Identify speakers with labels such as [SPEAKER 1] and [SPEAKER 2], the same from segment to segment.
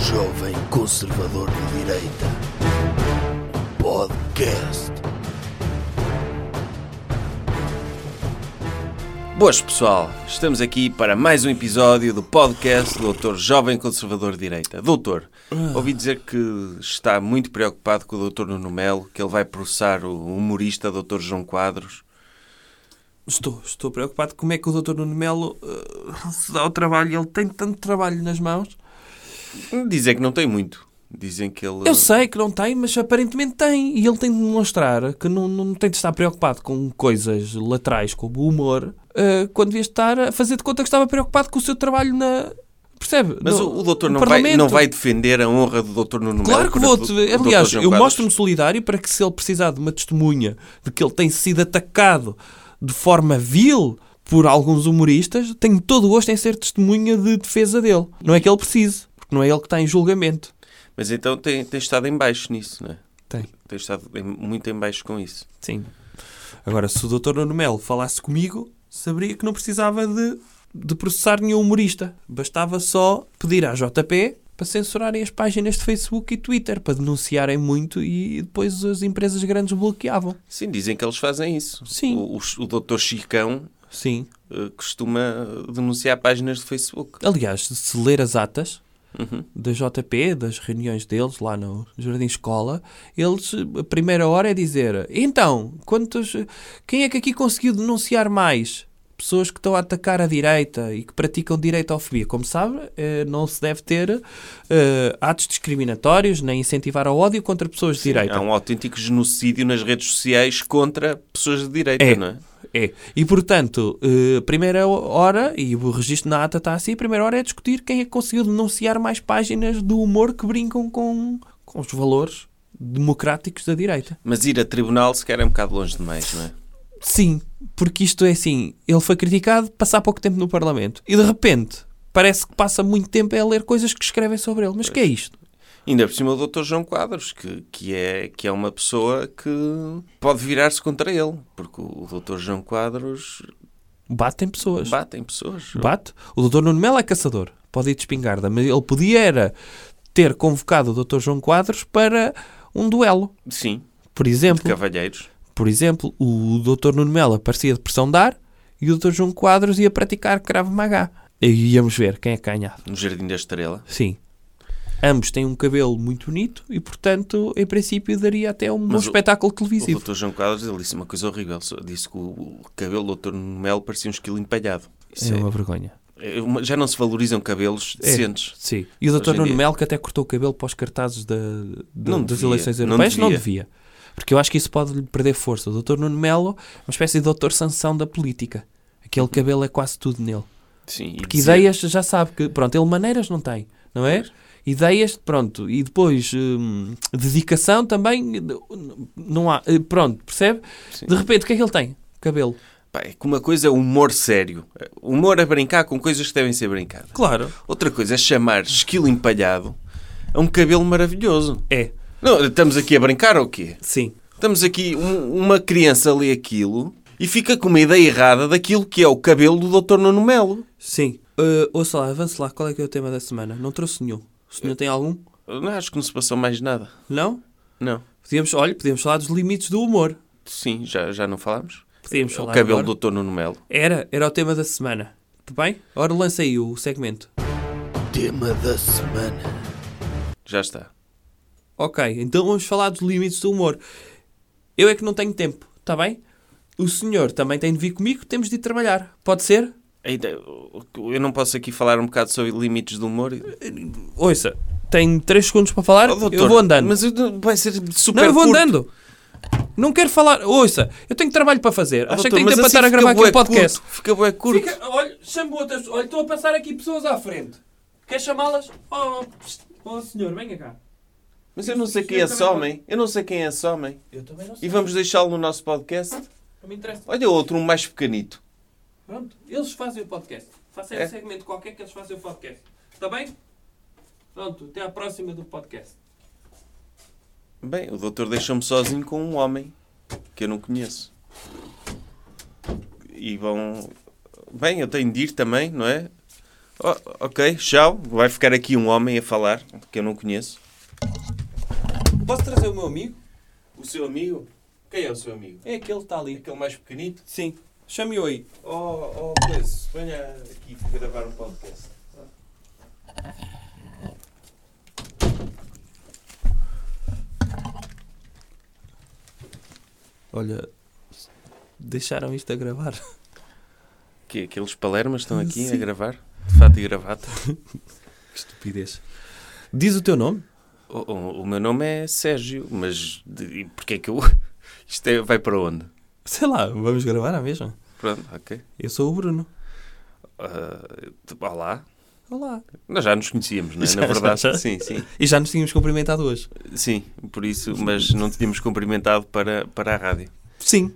[SPEAKER 1] Jovem Conservador de Direita. Podcast.
[SPEAKER 2] Boas pessoal, estamos aqui para mais um episódio do podcast Doutor Jovem Conservador de Direita. Doutor,
[SPEAKER 3] Ah.
[SPEAKER 2] ouvi dizer que está muito preocupado com o Doutor Nuno Melo, que ele vai processar o humorista Doutor João Quadros.
[SPEAKER 3] Estou, estou preocupado como é que o Dr. Nuno Melo eh, se dá o trabalho. Ele tem tanto trabalho nas mãos.
[SPEAKER 2] Dizem que não tem muito. Dizem que ele...
[SPEAKER 3] Eu sei que não tem, mas aparentemente tem. E ele tem de demonstrar que não, não tem de estar preocupado com coisas laterais como o humor, eh, quando devia estar a fazer de conta que estava preocupado com o seu trabalho na. Percebe?
[SPEAKER 2] Mas
[SPEAKER 3] No-
[SPEAKER 2] o, o doutor não
[SPEAKER 3] no
[SPEAKER 2] vai,
[SPEAKER 3] Parlamento.
[SPEAKER 2] não vai defender a honra do doutor Nuno
[SPEAKER 3] Claro
[SPEAKER 2] Melo.
[SPEAKER 3] que
[SPEAKER 2] perante
[SPEAKER 3] vou-te.
[SPEAKER 2] o- o doutor
[SPEAKER 3] Aliás,
[SPEAKER 2] João
[SPEAKER 3] eu
[SPEAKER 2] Quadros?
[SPEAKER 3] mostro-me solidário para que, se ele precisar de uma testemunha de que ele tem sido atacado de forma vil por alguns humoristas, tenho todo o gosto em ser testemunha de defesa dele. Não é que ele precise, porque não é ele que está em julgamento.
[SPEAKER 2] Mas então tem, tem estado em baixo nisso, não é?
[SPEAKER 3] Tem.
[SPEAKER 2] Tem estado em- muito em baixo com isso.
[SPEAKER 3] Sim. Agora, se o Dr. Nuno Melo falasse comigo, saberia que não precisava de, de processar nenhum humorista. Bastava só pedir à JP para censurarem as páginas de Facebook e Twitter, para denunciarem muito e depois as empresas grandes bloqueavam.
[SPEAKER 2] Sim, dizem que eles fazem isso.
[SPEAKER 3] Sim.
[SPEAKER 2] O, o, o doutor Chicão
[SPEAKER 3] Sim.
[SPEAKER 2] eh, costuma eh, denunciar páginas de Facebook.
[SPEAKER 3] Aliás, se ler as atas
[SPEAKER 2] Uhum.
[SPEAKER 3] da JP, das reuniões deles lá no Jardim Escola, eles, a primeira hora é dizer: então, quantos, quem é que aqui conseguiu denunciar mais? Pessoas que estão a atacar a direita e que praticam direitofobia. Como sabe, eh, não se deve ter eh, atos discriminatórios nem incentivar ao ódio contra pessoas de direita.
[SPEAKER 2] Há um autêntico genocídio nas redes sociais contra pessoas de direita,
[SPEAKER 3] É.
[SPEAKER 2] não é?
[SPEAKER 3] É. E portanto, eh, a primeira hora, e o registro na ata está assim, a primeira hora é discutir quem é que conseguiu denunciar mais páginas do humor que brincam com, com os valores democráticos da direita.
[SPEAKER 2] Mas ir a tribunal sequer é um bocado longe demais, não é?
[SPEAKER 3] Sim, porque isto é assim, ele foi criticado, passa há pouco tempo no Parlamento. E de repente, parece que passa muito tempo a ler coisas que escrevem sobre ele. Mas que é isto?
[SPEAKER 2] Ainda por cima o Dr. João Quadros, que, que, é, que é uma pessoa que pode virar-se contra ele, porque o o Dr. João Quadros
[SPEAKER 3] Bate em pessoas.
[SPEAKER 2] bate em pessoas.
[SPEAKER 3] Bate. O doutor Nuno Melo é caçador. Pode ir de espingarda. Mas ele podia era ter convocado o doutor João Quadros para um duelo.
[SPEAKER 2] Sim,
[SPEAKER 3] Por
[SPEAKER 2] de
[SPEAKER 3] exemplo,
[SPEAKER 2] cavalheiros.
[SPEAKER 3] por exemplo, o doutor Nuno Melo aparecia de pressão de ar e o doutor João Quadros ia praticar cravo magá. E íamos ver quem é que ganhava.
[SPEAKER 2] No Jardim da Estrela.
[SPEAKER 3] Sim. Ambos têm um cabelo muito bonito e, portanto, em princípio daria até um bom
[SPEAKER 2] Mas o-
[SPEAKER 3] espetáculo
[SPEAKER 2] O
[SPEAKER 3] televisivo.
[SPEAKER 2] Dr. João Quadros ele disse é uma coisa horrível. só Disse que o o cabelo do Dr. Nuno Melo parecia um esquilo empalhado. Isso
[SPEAKER 3] É
[SPEAKER 2] é-
[SPEAKER 3] uma vergonha.
[SPEAKER 2] é uma- já não se valorizam cabelos
[SPEAKER 3] É.
[SPEAKER 2] decentes.
[SPEAKER 3] Sim. E o
[SPEAKER 2] Hoje em
[SPEAKER 3] Dr. Nuno
[SPEAKER 2] dia.
[SPEAKER 3] Melo, que até cortou o cabelo para os cartazes da- da-
[SPEAKER 2] Não
[SPEAKER 3] das
[SPEAKER 2] devia,
[SPEAKER 3] eleições
[SPEAKER 2] não
[SPEAKER 3] europeias, não
[SPEAKER 2] devia.
[SPEAKER 3] devia. Porque eu acho que isso pode lhe perder força. O Dr. Nuno Melo é uma espécie de Dr. Sansão da política.
[SPEAKER 2] Uhum.
[SPEAKER 3] Aquele cabelo é quase tudo nele.
[SPEAKER 2] Sim, e
[SPEAKER 3] Porque
[SPEAKER 2] dizer-
[SPEAKER 3] ideias já sabe que, pronto, ele maneiras não tem, não é? Ideias, pronto, e depois hum, dedicação também, não há, eh, pronto, percebe?
[SPEAKER 2] Sim.
[SPEAKER 3] De repente, o que é que ele tem? Cabelo.
[SPEAKER 2] Pá, é que uma coisa é humor sério. Humor a brincar com coisas que devem ser brincadas.
[SPEAKER 3] Claro.
[SPEAKER 2] Outra coisa é chamar esquilo empalhado a um cabelo maravilhoso.
[SPEAKER 3] É,
[SPEAKER 2] Não, estamos aqui a brincar ou quê?
[SPEAKER 3] sim.
[SPEAKER 2] Estamos aqui, um- uma criança lê aquilo e fica com uma ideia errada daquilo que é o cabelo do Dr. Nuno Melo.
[SPEAKER 3] Sim. Uh, ouça lá, avance lá. Qual é que é o tema da semana? Não trouxe nenhum. O senhor tem algum?
[SPEAKER 2] Não, acho que não se passou mais nada.
[SPEAKER 3] Não?
[SPEAKER 2] Não.
[SPEAKER 3] Podíamos, olha, podíamos falar dos limites do humor.
[SPEAKER 2] Sim, já, já não falámos?
[SPEAKER 3] Podíamos falar
[SPEAKER 2] o cabelo
[SPEAKER 3] agora.
[SPEAKER 2] do Dr. Nuno Melo.
[SPEAKER 3] Era, era o tema da semana. Está bem? Ora, lança aí o segmento.
[SPEAKER 1] Tema da semana.
[SPEAKER 2] Já está.
[SPEAKER 3] Ok, então vamos falar dos limites do humor. Eu é que não tenho tempo, está bem? O senhor também tem de vir comigo, temos de ir trabalhar. Pode ser?
[SPEAKER 2] Ainda- Eu não posso aqui falar um bocado sobre limites do humor.
[SPEAKER 3] Ouça, tenho 3 segundos para falar,
[SPEAKER 2] Oh, doutor,
[SPEAKER 3] eu vou andando.
[SPEAKER 2] Mas eu- vai ser super
[SPEAKER 3] não, eu vou
[SPEAKER 2] curto.
[SPEAKER 3] andando. Não quero falar. Ouça, eu tenho trabalho para fazer.
[SPEAKER 2] Oh,
[SPEAKER 3] Acho que
[SPEAKER 2] doutor,
[SPEAKER 3] tenho
[SPEAKER 2] mas
[SPEAKER 3] tempo para
[SPEAKER 2] assim
[SPEAKER 3] estar a
[SPEAKER 2] fica
[SPEAKER 3] gravar aqui
[SPEAKER 2] bué
[SPEAKER 3] um podcast.
[SPEAKER 2] curto, Fica bem curto.
[SPEAKER 3] Fica, olha, chamo outras. Olha, estou a passar aqui pessoas à frente. Quer chamá-las? Oh, pst, oh, senhor, venha cá.
[SPEAKER 2] Mas eu não sei quem é
[SPEAKER 3] Eu
[SPEAKER 2] esse
[SPEAKER 3] também não-
[SPEAKER 2] homem. Eu não sei quem é esse homem.
[SPEAKER 3] Eu também não sei.
[SPEAKER 2] E vamos deixá-lo no nosso podcast.
[SPEAKER 3] Não me interessa.
[SPEAKER 2] Olha outro, um mais pequenito.
[SPEAKER 3] Pronto, eles fazem o podcast. Façam
[SPEAKER 2] É?
[SPEAKER 3] um segmento qualquer que eles fazem o podcast. Está bem? Pronto, até à próxima do podcast.
[SPEAKER 2] Bem, o doutor deixou-me sozinho com um homem que eu não conheço. E vão. Bem, eu tenho de ir também, não é? Oh, ok, tchau. Vai ficar aqui um homem a falar que eu não conheço.
[SPEAKER 4] Posso trazer o meu amigo?
[SPEAKER 2] O seu amigo? Quem é o seu amigo?
[SPEAKER 4] É aquele que está ali.
[SPEAKER 2] Aquele mais pequenito?
[SPEAKER 4] Sim. Chame-o aí.
[SPEAKER 2] Oh, oh, coisa, venha aqui gravar um podcast.
[SPEAKER 4] Olha, deixaram isto a gravar.
[SPEAKER 2] Que aqueles palermas estão aqui a
[SPEAKER 4] Sim.
[SPEAKER 2] gravar? De fato e gravata.
[SPEAKER 4] Que estupidez. Diz o teu nome?
[SPEAKER 2] O, Oh, o- o meu nome é Sérgio, mas de, e porquê é que eu... Isto é- vai para onde?
[SPEAKER 4] Sei lá, vamos gravar à mesma.
[SPEAKER 2] Pronto, ok.
[SPEAKER 4] Eu sou o Bruno.
[SPEAKER 2] Ah, t- olá.
[SPEAKER 4] Olá.
[SPEAKER 2] Nós já nos conhecíamos, não é?
[SPEAKER 4] Já,
[SPEAKER 2] Na verdade,
[SPEAKER 4] já, já.
[SPEAKER 2] sim, sim.
[SPEAKER 4] E já nos tínhamos cumprimentado hoje.
[SPEAKER 2] Sim, por isso, mas não tínhamos cumprimentado para, para a rádio.
[SPEAKER 4] Sim.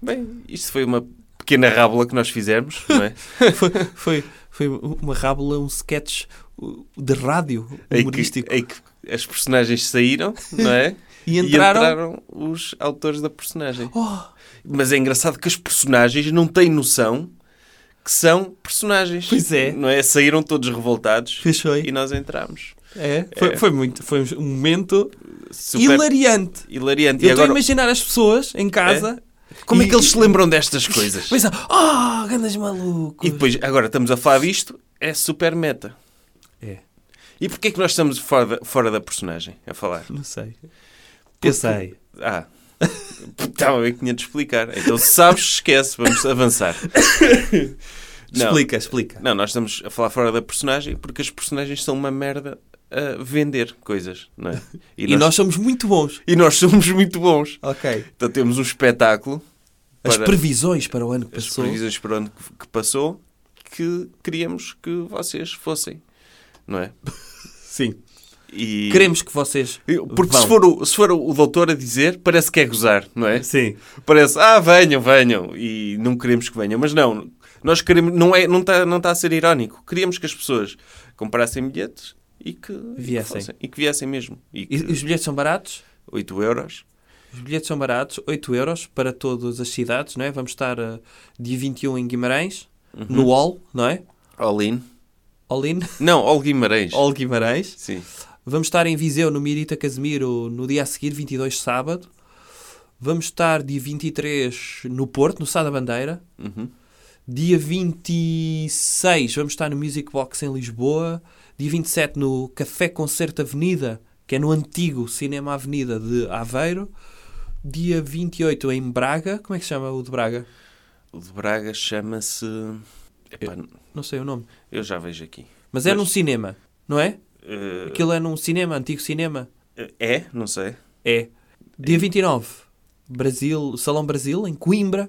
[SPEAKER 2] Bem, isto foi uma pequena rábula que nós fizemos, não é?
[SPEAKER 4] Foi, foi, foi uma rábula, um sketch uh, de rádio
[SPEAKER 2] Em que-
[SPEAKER 4] humorístico.
[SPEAKER 2] Em que, as personagens saíram, não é?
[SPEAKER 4] E entraram...
[SPEAKER 2] os autores da personagem.
[SPEAKER 4] Oh,
[SPEAKER 2] Mas é engraçado que as personagens não têm noção que são personagens.
[SPEAKER 4] Pois é.
[SPEAKER 2] Não é? Saíram todos revoltados
[SPEAKER 4] fechou aí.
[SPEAKER 2] e nós entramos.
[SPEAKER 4] É, foi,
[SPEAKER 2] É.
[SPEAKER 4] foi muito, foi um momento
[SPEAKER 2] Super
[SPEAKER 4] hilariante.
[SPEAKER 2] hilariante. e
[SPEAKER 4] Eu estou
[SPEAKER 2] agora,
[SPEAKER 4] a imaginar as pessoas em casa.
[SPEAKER 2] como é
[SPEAKER 4] e-
[SPEAKER 2] que eles se lembram destas coisas?
[SPEAKER 4] Pensam, oh, grandes malucos.
[SPEAKER 2] E depois, agora estamos a falar disto, é super meta.
[SPEAKER 4] É,
[SPEAKER 2] E porquê é que nós estamos fora da, fora da personagem a falar?
[SPEAKER 4] não sei. Eu sei.
[SPEAKER 2] Ah, estava bem que tinha de explicar. Então, se sabes, esquece, vamos avançar. Não.
[SPEAKER 4] Explica, explica.
[SPEAKER 2] Não, nós estamos a falar fora da personagem porque as personagens são uma merda a vender coisas, não é?
[SPEAKER 4] E, nós... somos muito bons.
[SPEAKER 2] e nós somos muito bons.
[SPEAKER 4] Ok.
[SPEAKER 2] Então temos um espetáculo
[SPEAKER 4] As
[SPEAKER 2] para
[SPEAKER 4] previsões para o ano que
[SPEAKER 2] as
[SPEAKER 4] passou.
[SPEAKER 2] previsões para onde que passou que queríamos que vocês fossem, não é?
[SPEAKER 4] Sim.
[SPEAKER 2] E...
[SPEAKER 4] Queremos que vocês.
[SPEAKER 2] Eu- Porque
[SPEAKER 4] vão.
[SPEAKER 2] se for, o, se for o doutor a dizer, parece que é gozar, não é?
[SPEAKER 4] Sim.
[SPEAKER 2] Parece, ah, venham, venham, e não queremos que venham. Mas não, nós queremos, não está não tá, não tá a ser irónico. Queríamos que as pessoas comprassem bilhetes e que e que
[SPEAKER 4] Viessem.
[SPEAKER 2] fossem. E que viessem mesmo. E
[SPEAKER 4] E
[SPEAKER 2] que
[SPEAKER 4] os bilhetes são baratos?
[SPEAKER 2] 8 euros.
[SPEAKER 4] Os bilhetes são baratos, 8 euros para todas as cidades, não é? Vamos estar eh, dia 21 em Guimarães, no All, não é?
[SPEAKER 2] All in.
[SPEAKER 4] All in,
[SPEAKER 2] Não, All Guimarães.
[SPEAKER 4] All Guimarães.
[SPEAKER 2] Sim.
[SPEAKER 4] Vamos estar em Viseu, no Mirita Casemiro, no dia a seguir, 22 sábado. Vamos estar dia 23 no Porto, no Sá da Bandeira.
[SPEAKER 2] Uhum.
[SPEAKER 4] Dia 26 vamos estar no Music Box em Lisboa. Dia 27 no Café Concerto Avenida, que é no antigo Cinema Avenida de Aveiro. Dia 28 em Braga. Como é que se chama o de Braga?
[SPEAKER 2] O de Braga chama-se. Epá,
[SPEAKER 4] Não sei o nome.
[SPEAKER 2] Eu já vejo aqui.
[SPEAKER 4] Mas é
[SPEAKER 2] Mas-
[SPEAKER 4] num cinema, não é?
[SPEAKER 2] Eh,
[SPEAKER 4] Aquilo é num cinema, antigo cinema.
[SPEAKER 2] é? Não sei.
[SPEAKER 4] É. Dia 29, Brasil, Salão Brasil, em Coimbra.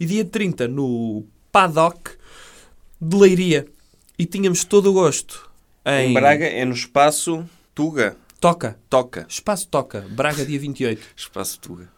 [SPEAKER 4] E dia 30, no Paddock de Leiria. E tínhamos todo o gosto em,
[SPEAKER 2] Em Braga é no espaço Tuga.
[SPEAKER 4] Toca.
[SPEAKER 2] Toca.
[SPEAKER 4] Espaço Toca, Braga, dia 28.
[SPEAKER 2] Espaço Tuga.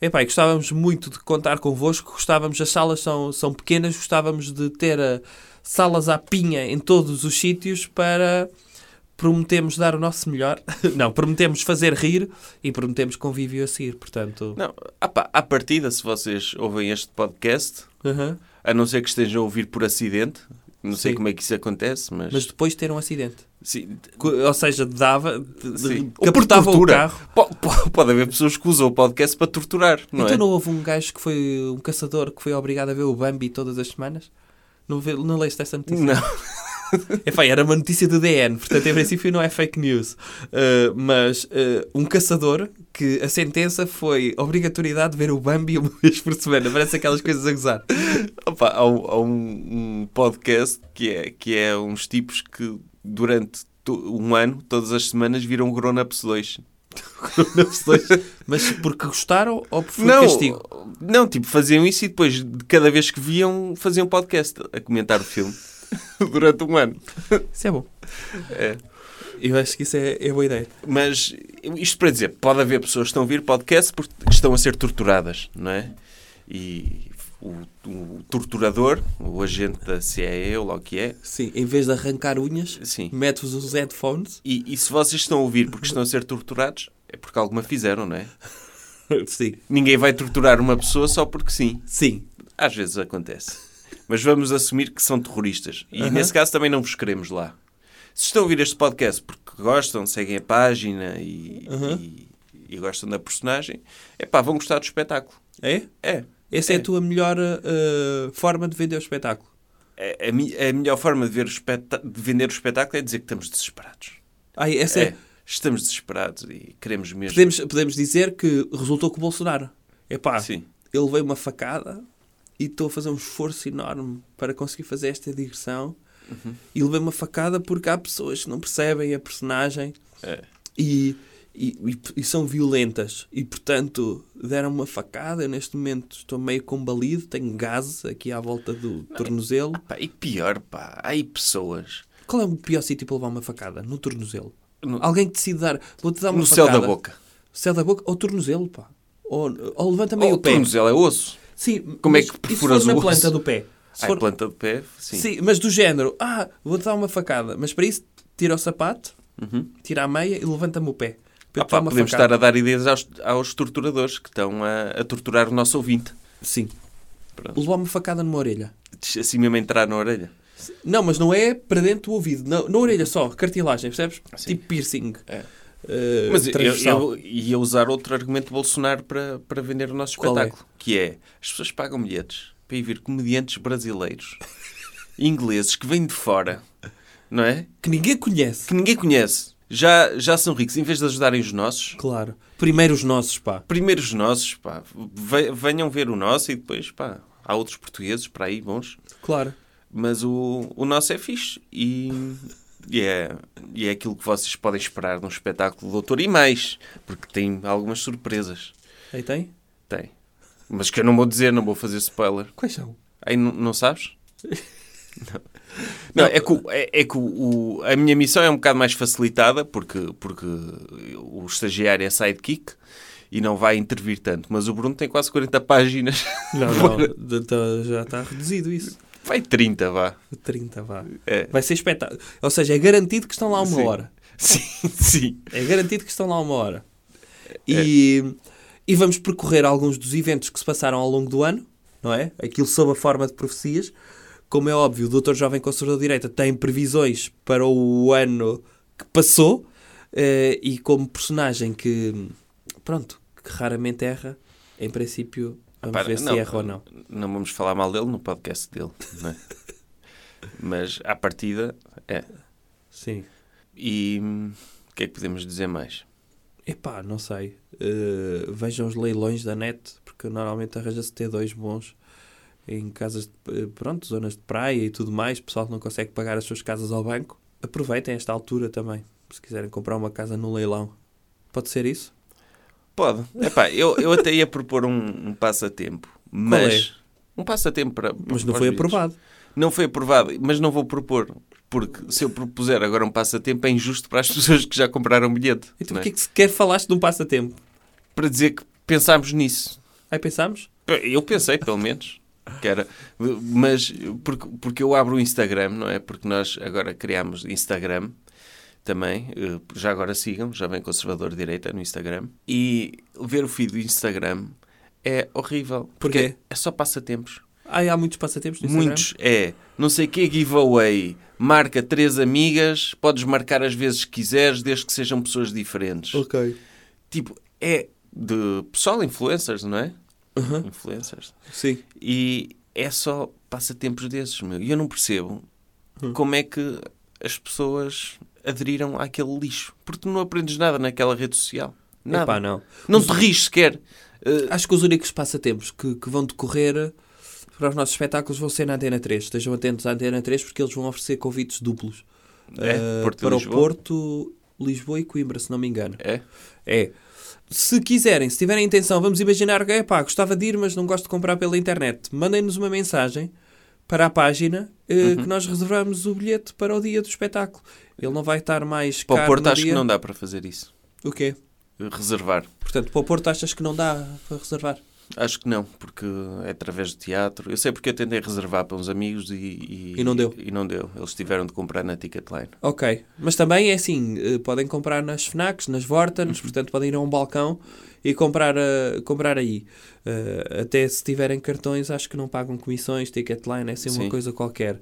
[SPEAKER 4] Epá, e gostávamos muito de contar convosco. Gostávamos, as salas são, são pequenas, gostávamos de ter ah, salas à pinha em todos os sítios para. Prometemos dar o nosso melhor. Não, prometemos fazer rir e prometemos convívio a seguir, portanto.
[SPEAKER 2] Não, ah pá, à partida, se vocês ouvem este podcast,
[SPEAKER 4] Aham.
[SPEAKER 2] A não ser que estejam a ouvir por acidente. Não sei
[SPEAKER 4] Sim.
[SPEAKER 2] como é que isso acontece, mas.
[SPEAKER 4] Mas depois ter um acidente.
[SPEAKER 2] Sim.
[SPEAKER 4] Co- Ou seja, dava, de- de-
[SPEAKER 2] Sim.
[SPEAKER 4] capotava
[SPEAKER 2] Ou por
[SPEAKER 4] o
[SPEAKER 2] tortura.
[SPEAKER 4] carro.
[SPEAKER 2] Po- po- Pode haver pessoas que usam o podcast para torturar, não
[SPEAKER 4] então
[SPEAKER 2] é?
[SPEAKER 4] não houve um gajo que foi um caçador que foi obrigado a ver o Bambi todas as semanas? Não, vê, não leste essa notícia?
[SPEAKER 2] Não.
[SPEAKER 4] Epá, era uma notícia do DN, portanto, em princípio não é fake news. Uh, mas uh, um caçador que a sentença foi obrigatoriedade de ver o Bambi uma vez por semana. Parece aquelas coisas a gozar.
[SPEAKER 2] Opa, há um, há um- um podcast que é, que é uns tipos que durante to- um ano, todas as semanas, viram o Grown Ups 2.
[SPEAKER 4] Mas porque gostaram ou porque foi
[SPEAKER 2] não,
[SPEAKER 4] castigo?
[SPEAKER 2] não, tipo, faziam isso e depois, de cada vez que viam, faziam podcast a comentar o filme. durante um ano.
[SPEAKER 4] Isso é bom.
[SPEAKER 2] É.
[SPEAKER 4] Eu acho que isso é, é boa ideia.
[SPEAKER 2] Mas isto para dizer, pode haver pessoas que estão a ouvir podcast porque estão a ser torturadas, não é? E o, o torturador, o agente da CIA, ou lá o que é,
[SPEAKER 4] Sim, em vez de arrancar unhas,
[SPEAKER 2] sim.
[SPEAKER 4] mete-vos os headphones
[SPEAKER 2] E, e se vocês estão a ouvir porque estão a ser torturados, é porque alguma fizeram, não é?
[SPEAKER 4] Sim.
[SPEAKER 2] Ninguém vai torturar uma pessoa só porque sim.
[SPEAKER 4] Sim.
[SPEAKER 2] Às vezes acontece. mas vamos assumir que são terroristas. E
[SPEAKER 4] Aham.
[SPEAKER 2] nesse caso também não vos queremos lá. Se estão a ouvir este podcast porque gostam, seguem a página e, e- e gostam da personagem, é pá, vão gostar do espetáculo.
[SPEAKER 4] É?
[SPEAKER 2] É.
[SPEAKER 4] Essa é,
[SPEAKER 2] É.
[SPEAKER 4] a tua melhor eh, forma de vender o espetáculo.
[SPEAKER 2] É, A, a mi- a melhor forma de, ver o espetá- de vender o espetáculo é dizer que estamos desesperados.
[SPEAKER 4] Ai, essa é.
[SPEAKER 2] É. Estamos desesperados e queremos mesmo.
[SPEAKER 4] Podemos, podemos dizer que resultou com o Bolsonaro. É pá,
[SPEAKER 2] Sim.
[SPEAKER 4] ele veio uma facada e estou a fazer um esforço enorme para conseguir fazer esta digressão.
[SPEAKER 2] Uhum.
[SPEAKER 4] E levei uma facada porque há pessoas que não percebem a personagem
[SPEAKER 2] É.
[SPEAKER 4] e, e- e- e são violentas. E portanto deram uma facada. Eu neste momento estou meio combalido, tenho gases aqui à volta do tornozelo.
[SPEAKER 2] Pá, e pior, pá, há aí pessoas
[SPEAKER 4] Qual é o pior sítio para levar uma facada? No tornozelo.
[SPEAKER 2] No-
[SPEAKER 4] Alguém que decide dar. Vou-te dar uma
[SPEAKER 2] no céu
[SPEAKER 4] facada.
[SPEAKER 2] da boca.
[SPEAKER 4] Céu da boca ou tornozelo, pá. Ou, ou levanta meio
[SPEAKER 2] Ou
[SPEAKER 4] o pé.
[SPEAKER 2] tornozelo é osso.
[SPEAKER 4] Sim,
[SPEAKER 2] Como é
[SPEAKER 4] mas
[SPEAKER 2] que
[SPEAKER 4] e se
[SPEAKER 2] perfuras
[SPEAKER 4] for na
[SPEAKER 2] o osso?
[SPEAKER 4] planta do pé. Se
[SPEAKER 2] Ai,
[SPEAKER 4] for-
[SPEAKER 2] planta de pé, sim.
[SPEAKER 4] sim. mas do género. Ah, vou-te dar uma facada. Mas para isso, tira o sapato, tira a meia e levanta-me o pé.
[SPEAKER 2] Uhum. Ah,
[SPEAKER 4] Para eu te dar
[SPEAKER 2] pá,
[SPEAKER 4] uma
[SPEAKER 2] podemos
[SPEAKER 4] facada.
[SPEAKER 2] estar a dar ideias aos, aos torturadores que estão a, a torturar o nosso ouvinte.
[SPEAKER 4] Sim.
[SPEAKER 2] Pronto.
[SPEAKER 4] Levar uma facada numa orelha.
[SPEAKER 2] Assim mesmo entrar na orelha.
[SPEAKER 4] Não, mas não é para dentro do ouvido. Na, na orelha só, cartilagem, percebes?
[SPEAKER 2] Ah, Sim.
[SPEAKER 4] Tipo piercing.
[SPEAKER 2] É.
[SPEAKER 4] eh,
[SPEAKER 2] Mas eu,
[SPEAKER 4] transversal.
[SPEAKER 2] eu ia usar outro argumento de Bolsonaro para, para vender o nosso
[SPEAKER 4] Qual é?
[SPEAKER 2] espetáculo, que é as pessoas pagam bilhetes para ir ver comediantes brasileiros, ingleses que vêm de fora, não é?
[SPEAKER 4] Que ninguém conhece.
[SPEAKER 2] Que ninguém conhece. Já, já são ricos, em vez de ajudarem os nossos,
[SPEAKER 4] Claro. Primeiro os nossos, pá.
[SPEAKER 2] primeiro os nossos, pá, ve- venham ver o nosso e depois, pá, há outros portugueses para aí bons,
[SPEAKER 4] Claro.
[SPEAKER 2] mas o, o nosso é fixe e, e, é, e é aquilo que vocês podem esperar de um espetáculo do doutor e mais, porque tem algumas surpresas.
[SPEAKER 4] Aí tem?
[SPEAKER 2] Tem. Mas que eu não vou dizer, não vou fazer spoiler.
[SPEAKER 4] Quais são?
[SPEAKER 2] Aí não, não sabes? Não, é que, o- é, é que o- o- a minha missão é um bocado mais facilitada porque, porque o estagiário é sidekick e não vai intervir tanto. Mas o Bruno tem quase 40 páginas.
[SPEAKER 4] Não, não, então já está reduzido isso.
[SPEAKER 2] Vai 30, vá.
[SPEAKER 4] 30, vá.
[SPEAKER 2] É.
[SPEAKER 4] Vai ser espetáculo. Ou seja, é garantido que estão lá uma
[SPEAKER 2] Sim.
[SPEAKER 4] hora.
[SPEAKER 2] Sim, sim.
[SPEAKER 4] É garantido que estão lá uma hora. E, e vamos percorrer alguns dos eventos que se passaram ao longo do ano, não é? Aquilo sob a forma de profecias. Como é óbvio, o Dr. Jovem Conservador de Direita tem previsões para o ano que passou eh, e como personagem que, pronto, que raramente erra, em princípio, vamos
[SPEAKER 2] Para,
[SPEAKER 4] ver se erra ou não.
[SPEAKER 2] Não vamos falar mal dele no podcast dele. não é? Mas à partida, é.
[SPEAKER 4] Sim.
[SPEAKER 2] E hum, o que é que podemos dizer mais?
[SPEAKER 4] Epá, não sei. Eh, vejam os leilões da net, porque normalmente arranja-se T2 bons em casas, de, eh, pronto, zonas de praia e tudo mais. Pessoal que não consegue pagar as suas casas ao banco, aproveitem esta altura também. Se quiserem comprar uma casa no leilão, pode ser isso?
[SPEAKER 2] Pode. Epá, eu, eu até ia propor um, um passatempo, mas um passatempo para, para
[SPEAKER 4] é? Mas
[SPEAKER 2] para
[SPEAKER 4] não
[SPEAKER 2] os
[SPEAKER 4] foi
[SPEAKER 2] miúdos.
[SPEAKER 4] aprovado.
[SPEAKER 2] Não foi aprovado, mas não vou propor, porque se eu propuser agora um passatempo é injusto para as pessoas que já compraram bilhete.
[SPEAKER 4] Então
[SPEAKER 2] não é?
[SPEAKER 4] porquê que sequer falaste de um passatempo?
[SPEAKER 2] Para dizer que pensámos nisso.
[SPEAKER 4] Aí pensámos?
[SPEAKER 2] Eu pensei, pelo menos. Que era, mas porque, porque eu abro o Instagram, não é? Porque nós agora criámos Instagram também. eh, Já agora sigam, já vem Conservador de Direita no Instagram. E ver o feed do Instagram é horrível.
[SPEAKER 4] Porquê?
[SPEAKER 2] É só passatempos.
[SPEAKER 4] Ai, há muitos passatempos no Instagram.
[SPEAKER 2] Muitos é não sei que giveaway. Marca três amigas, podes marcar as vezes que quiseres, desde que sejam pessoas diferentes.
[SPEAKER 4] Ok.
[SPEAKER 2] Tipo, é de pessoal influencers, não é?
[SPEAKER 4] Aham.
[SPEAKER 2] Influencers.
[SPEAKER 4] Sim.
[SPEAKER 2] E é só passatempos desses, meu. E eu não percebo
[SPEAKER 4] Hum.
[SPEAKER 2] como é que as pessoas aderiram àquele lixo. Porque tu não aprendes nada naquela rede social. Nada.
[SPEAKER 4] Epá, não.
[SPEAKER 2] não te rires sequer. Eh,
[SPEAKER 4] Acho que os únicos passatempos que, que vão decorrer para os nossos espetáculos vão ser na Antena 3. Estejam atentos à Antena 3 porque eles vão oferecer convites duplos.
[SPEAKER 2] É,
[SPEAKER 4] Ah,
[SPEAKER 2] Porto e
[SPEAKER 4] para
[SPEAKER 2] Lisboa.
[SPEAKER 4] o Porto, Lisboa e Coimbra, se não me engano.
[SPEAKER 2] é.
[SPEAKER 4] É. Se quiserem, se tiverem intenção, vamos imaginar que, pá, gostava de ir, mas não gosto de comprar pela internet. Mandem-nos uma mensagem para a página eh, que nós reservamos o bilhete para o dia do espetáculo. Ele não vai estar mais
[SPEAKER 2] Para o
[SPEAKER 4] caro
[SPEAKER 2] Porto
[SPEAKER 4] no
[SPEAKER 2] acho
[SPEAKER 4] dia.
[SPEAKER 2] que não dá para fazer isso.
[SPEAKER 4] O quê?
[SPEAKER 2] Reservar.
[SPEAKER 4] Portanto, para o Porto achas que não dá para reservar?
[SPEAKER 2] Acho que não, porque é através de teatro. Eu sei porque eu tentei reservar para uns amigos e... E,
[SPEAKER 4] E não deu.
[SPEAKER 2] E não deu. Eles tiveram de comprar na Ticketline.
[SPEAKER 4] Ok, mas também é assim, eh, podem comprar nas FNACs, nas Vortans, portanto podem ir a um balcão e comprar, eh, comprar aí. Eh, até se tiverem cartões, acho que não pagam comissões, ticketline, é assim uma
[SPEAKER 2] Sim.
[SPEAKER 4] coisa qualquer.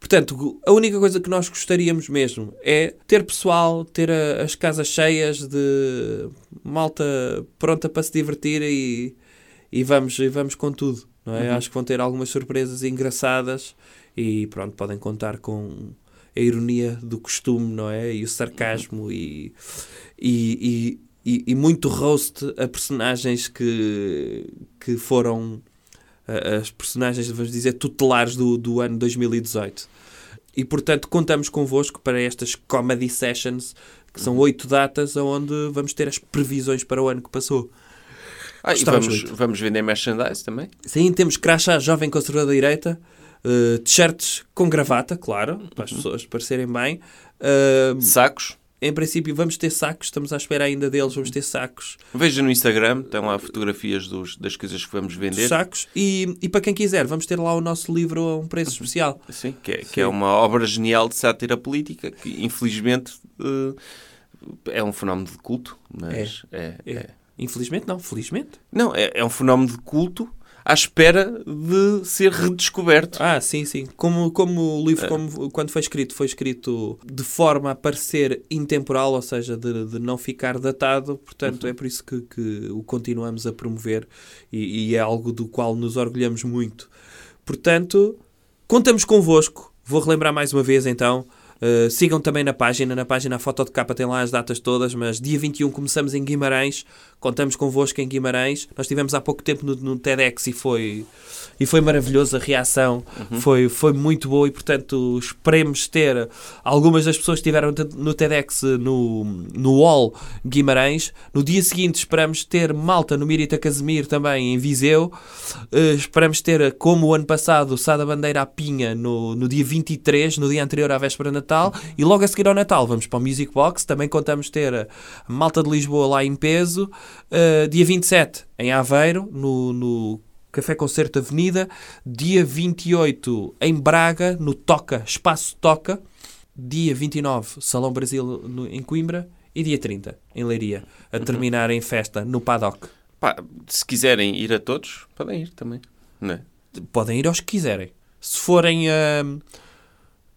[SPEAKER 4] Portanto, a única coisa que nós gostaríamos mesmo é ter pessoal, ter a- as casas cheias de malta pronta para se divertir e, e, vamos, e vamos com tudo. Não é? Acho que vão ter algumas surpresas engraçadas e pronto, podem contar com a ironia do costume, não é? E o sarcasmo e, e, e- e- e muito roast a personagens que, que foram ah, as personagens, vamos dizer, tutelares do, do ano 2018. E portanto, contamos convosco para estas comedy sessions, que são oito datas, onde vamos ter as previsões para o ano que passou.
[SPEAKER 2] Ah, e
[SPEAKER 4] Gostávamos
[SPEAKER 2] vamos, vamos vender merchandise também?
[SPEAKER 4] Sim, temos crachá jovem conservador da direita, eh, t-shirts com gravata, claro, para as pessoas parecerem bem. Eh,
[SPEAKER 2] Sacos?
[SPEAKER 4] em princípio, vamos ter sacos, estamos à espera ainda deles, vamos ter sacos.
[SPEAKER 2] Veja no Instagram, estão lá fotografias dos, das coisas que vamos vender.
[SPEAKER 4] sacos e, e para quem quiser, vamos ter lá o nosso livro a um preço
[SPEAKER 2] Uhum.
[SPEAKER 4] especial.
[SPEAKER 2] Sim, que é, que é uma obra genial de sátira política, que infelizmente eh, é um fenómeno de culto, mas é.
[SPEAKER 4] É.
[SPEAKER 2] é.
[SPEAKER 4] Infelizmente, não, felizmente.
[SPEAKER 2] Não, é, é um fenómeno de culto à espera de ser redescoberto.
[SPEAKER 4] Ah, sim, sim. Como, como o
[SPEAKER 2] É.
[SPEAKER 4] livro, como, quando foi escrito, foi escrito de forma a parecer intemporal, ou seja, de, de não ficar datado. Portanto, é por isso que, que o continuamos a promover e, e é algo do qual nos orgulhamos muito. Portanto, contamos convosco. Vou relembrar mais uma vez, então. Uh, sigam também na página, na página a foto de capa tem lá as datas todas, mas dia 21 começamos em Guimarães, contamos convosco em Guimarães. Nós estivemos há pouco tempo no, no TEDx e foi, e foi maravilhoso a reação, foi, foi muito boa e portanto esperemos ter algumas das pessoas que estiveram no TEDx eh, no, no UOL Guimarães. No dia seguinte esperamos ter malta no Mirita Casemiro também em Viseu. Uh, esperamos ter, como o ano passado, o Sada Bandeira à Pinha no, no dia 23, no dia anterior à véspera de Natal. E logo a seguir ao Natal vamos para o Music Box. Também contamos ter a Malta de Lisboa lá em peso. Uh, dia 27 em Aveiro, no, no Café Concerto Avenida. Dia 28 em Braga, no Toca, Espaço Toca. Dia 29, Salão Brasil no- em Coimbra. E dia 30, em Leiria, a terminar em festa no Paddock.
[SPEAKER 2] Pá, se quiserem ir a todos, podem ir também. Não é?
[SPEAKER 4] podem ir aos que quiserem. Se forem hum,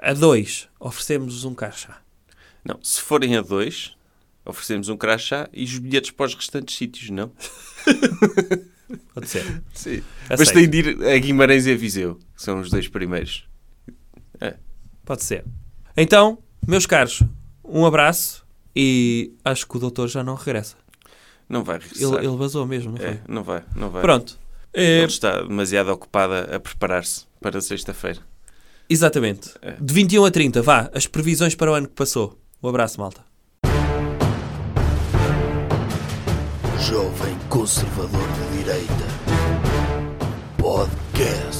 [SPEAKER 4] a dois, oferecemos um crachá.
[SPEAKER 2] Não, se forem a dois, oferecemos um crachá e os bilhetes para os restantes sítios, não?
[SPEAKER 4] Pode ser.
[SPEAKER 2] Sim. Mas
[SPEAKER 4] Aceito.
[SPEAKER 2] tem de ir a Guimarães e a Viseu, que são os dois primeiros.
[SPEAKER 4] Pode ser. Então, meus caros, um abraço e acho que o doutor já não regressa.
[SPEAKER 2] Não vai
[SPEAKER 4] Ele,
[SPEAKER 2] regressar.
[SPEAKER 4] ele vazou mesmo, não foi?
[SPEAKER 2] É, não vai, não vai.
[SPEAKER 4] Pronto. É,
[SPEAKER 2] Ele está demasiado ocupada a preparar-se para sexta-feira.
[SPEAKER 4] exatamente.
[SPEAKER 2] É.
[SPEAKER 4] De 21 a 30, vá. As previsões para o ano que passou. Um abraço, malta.
[SPEAKER 1] Jovem Conservador de Direita. Podcast.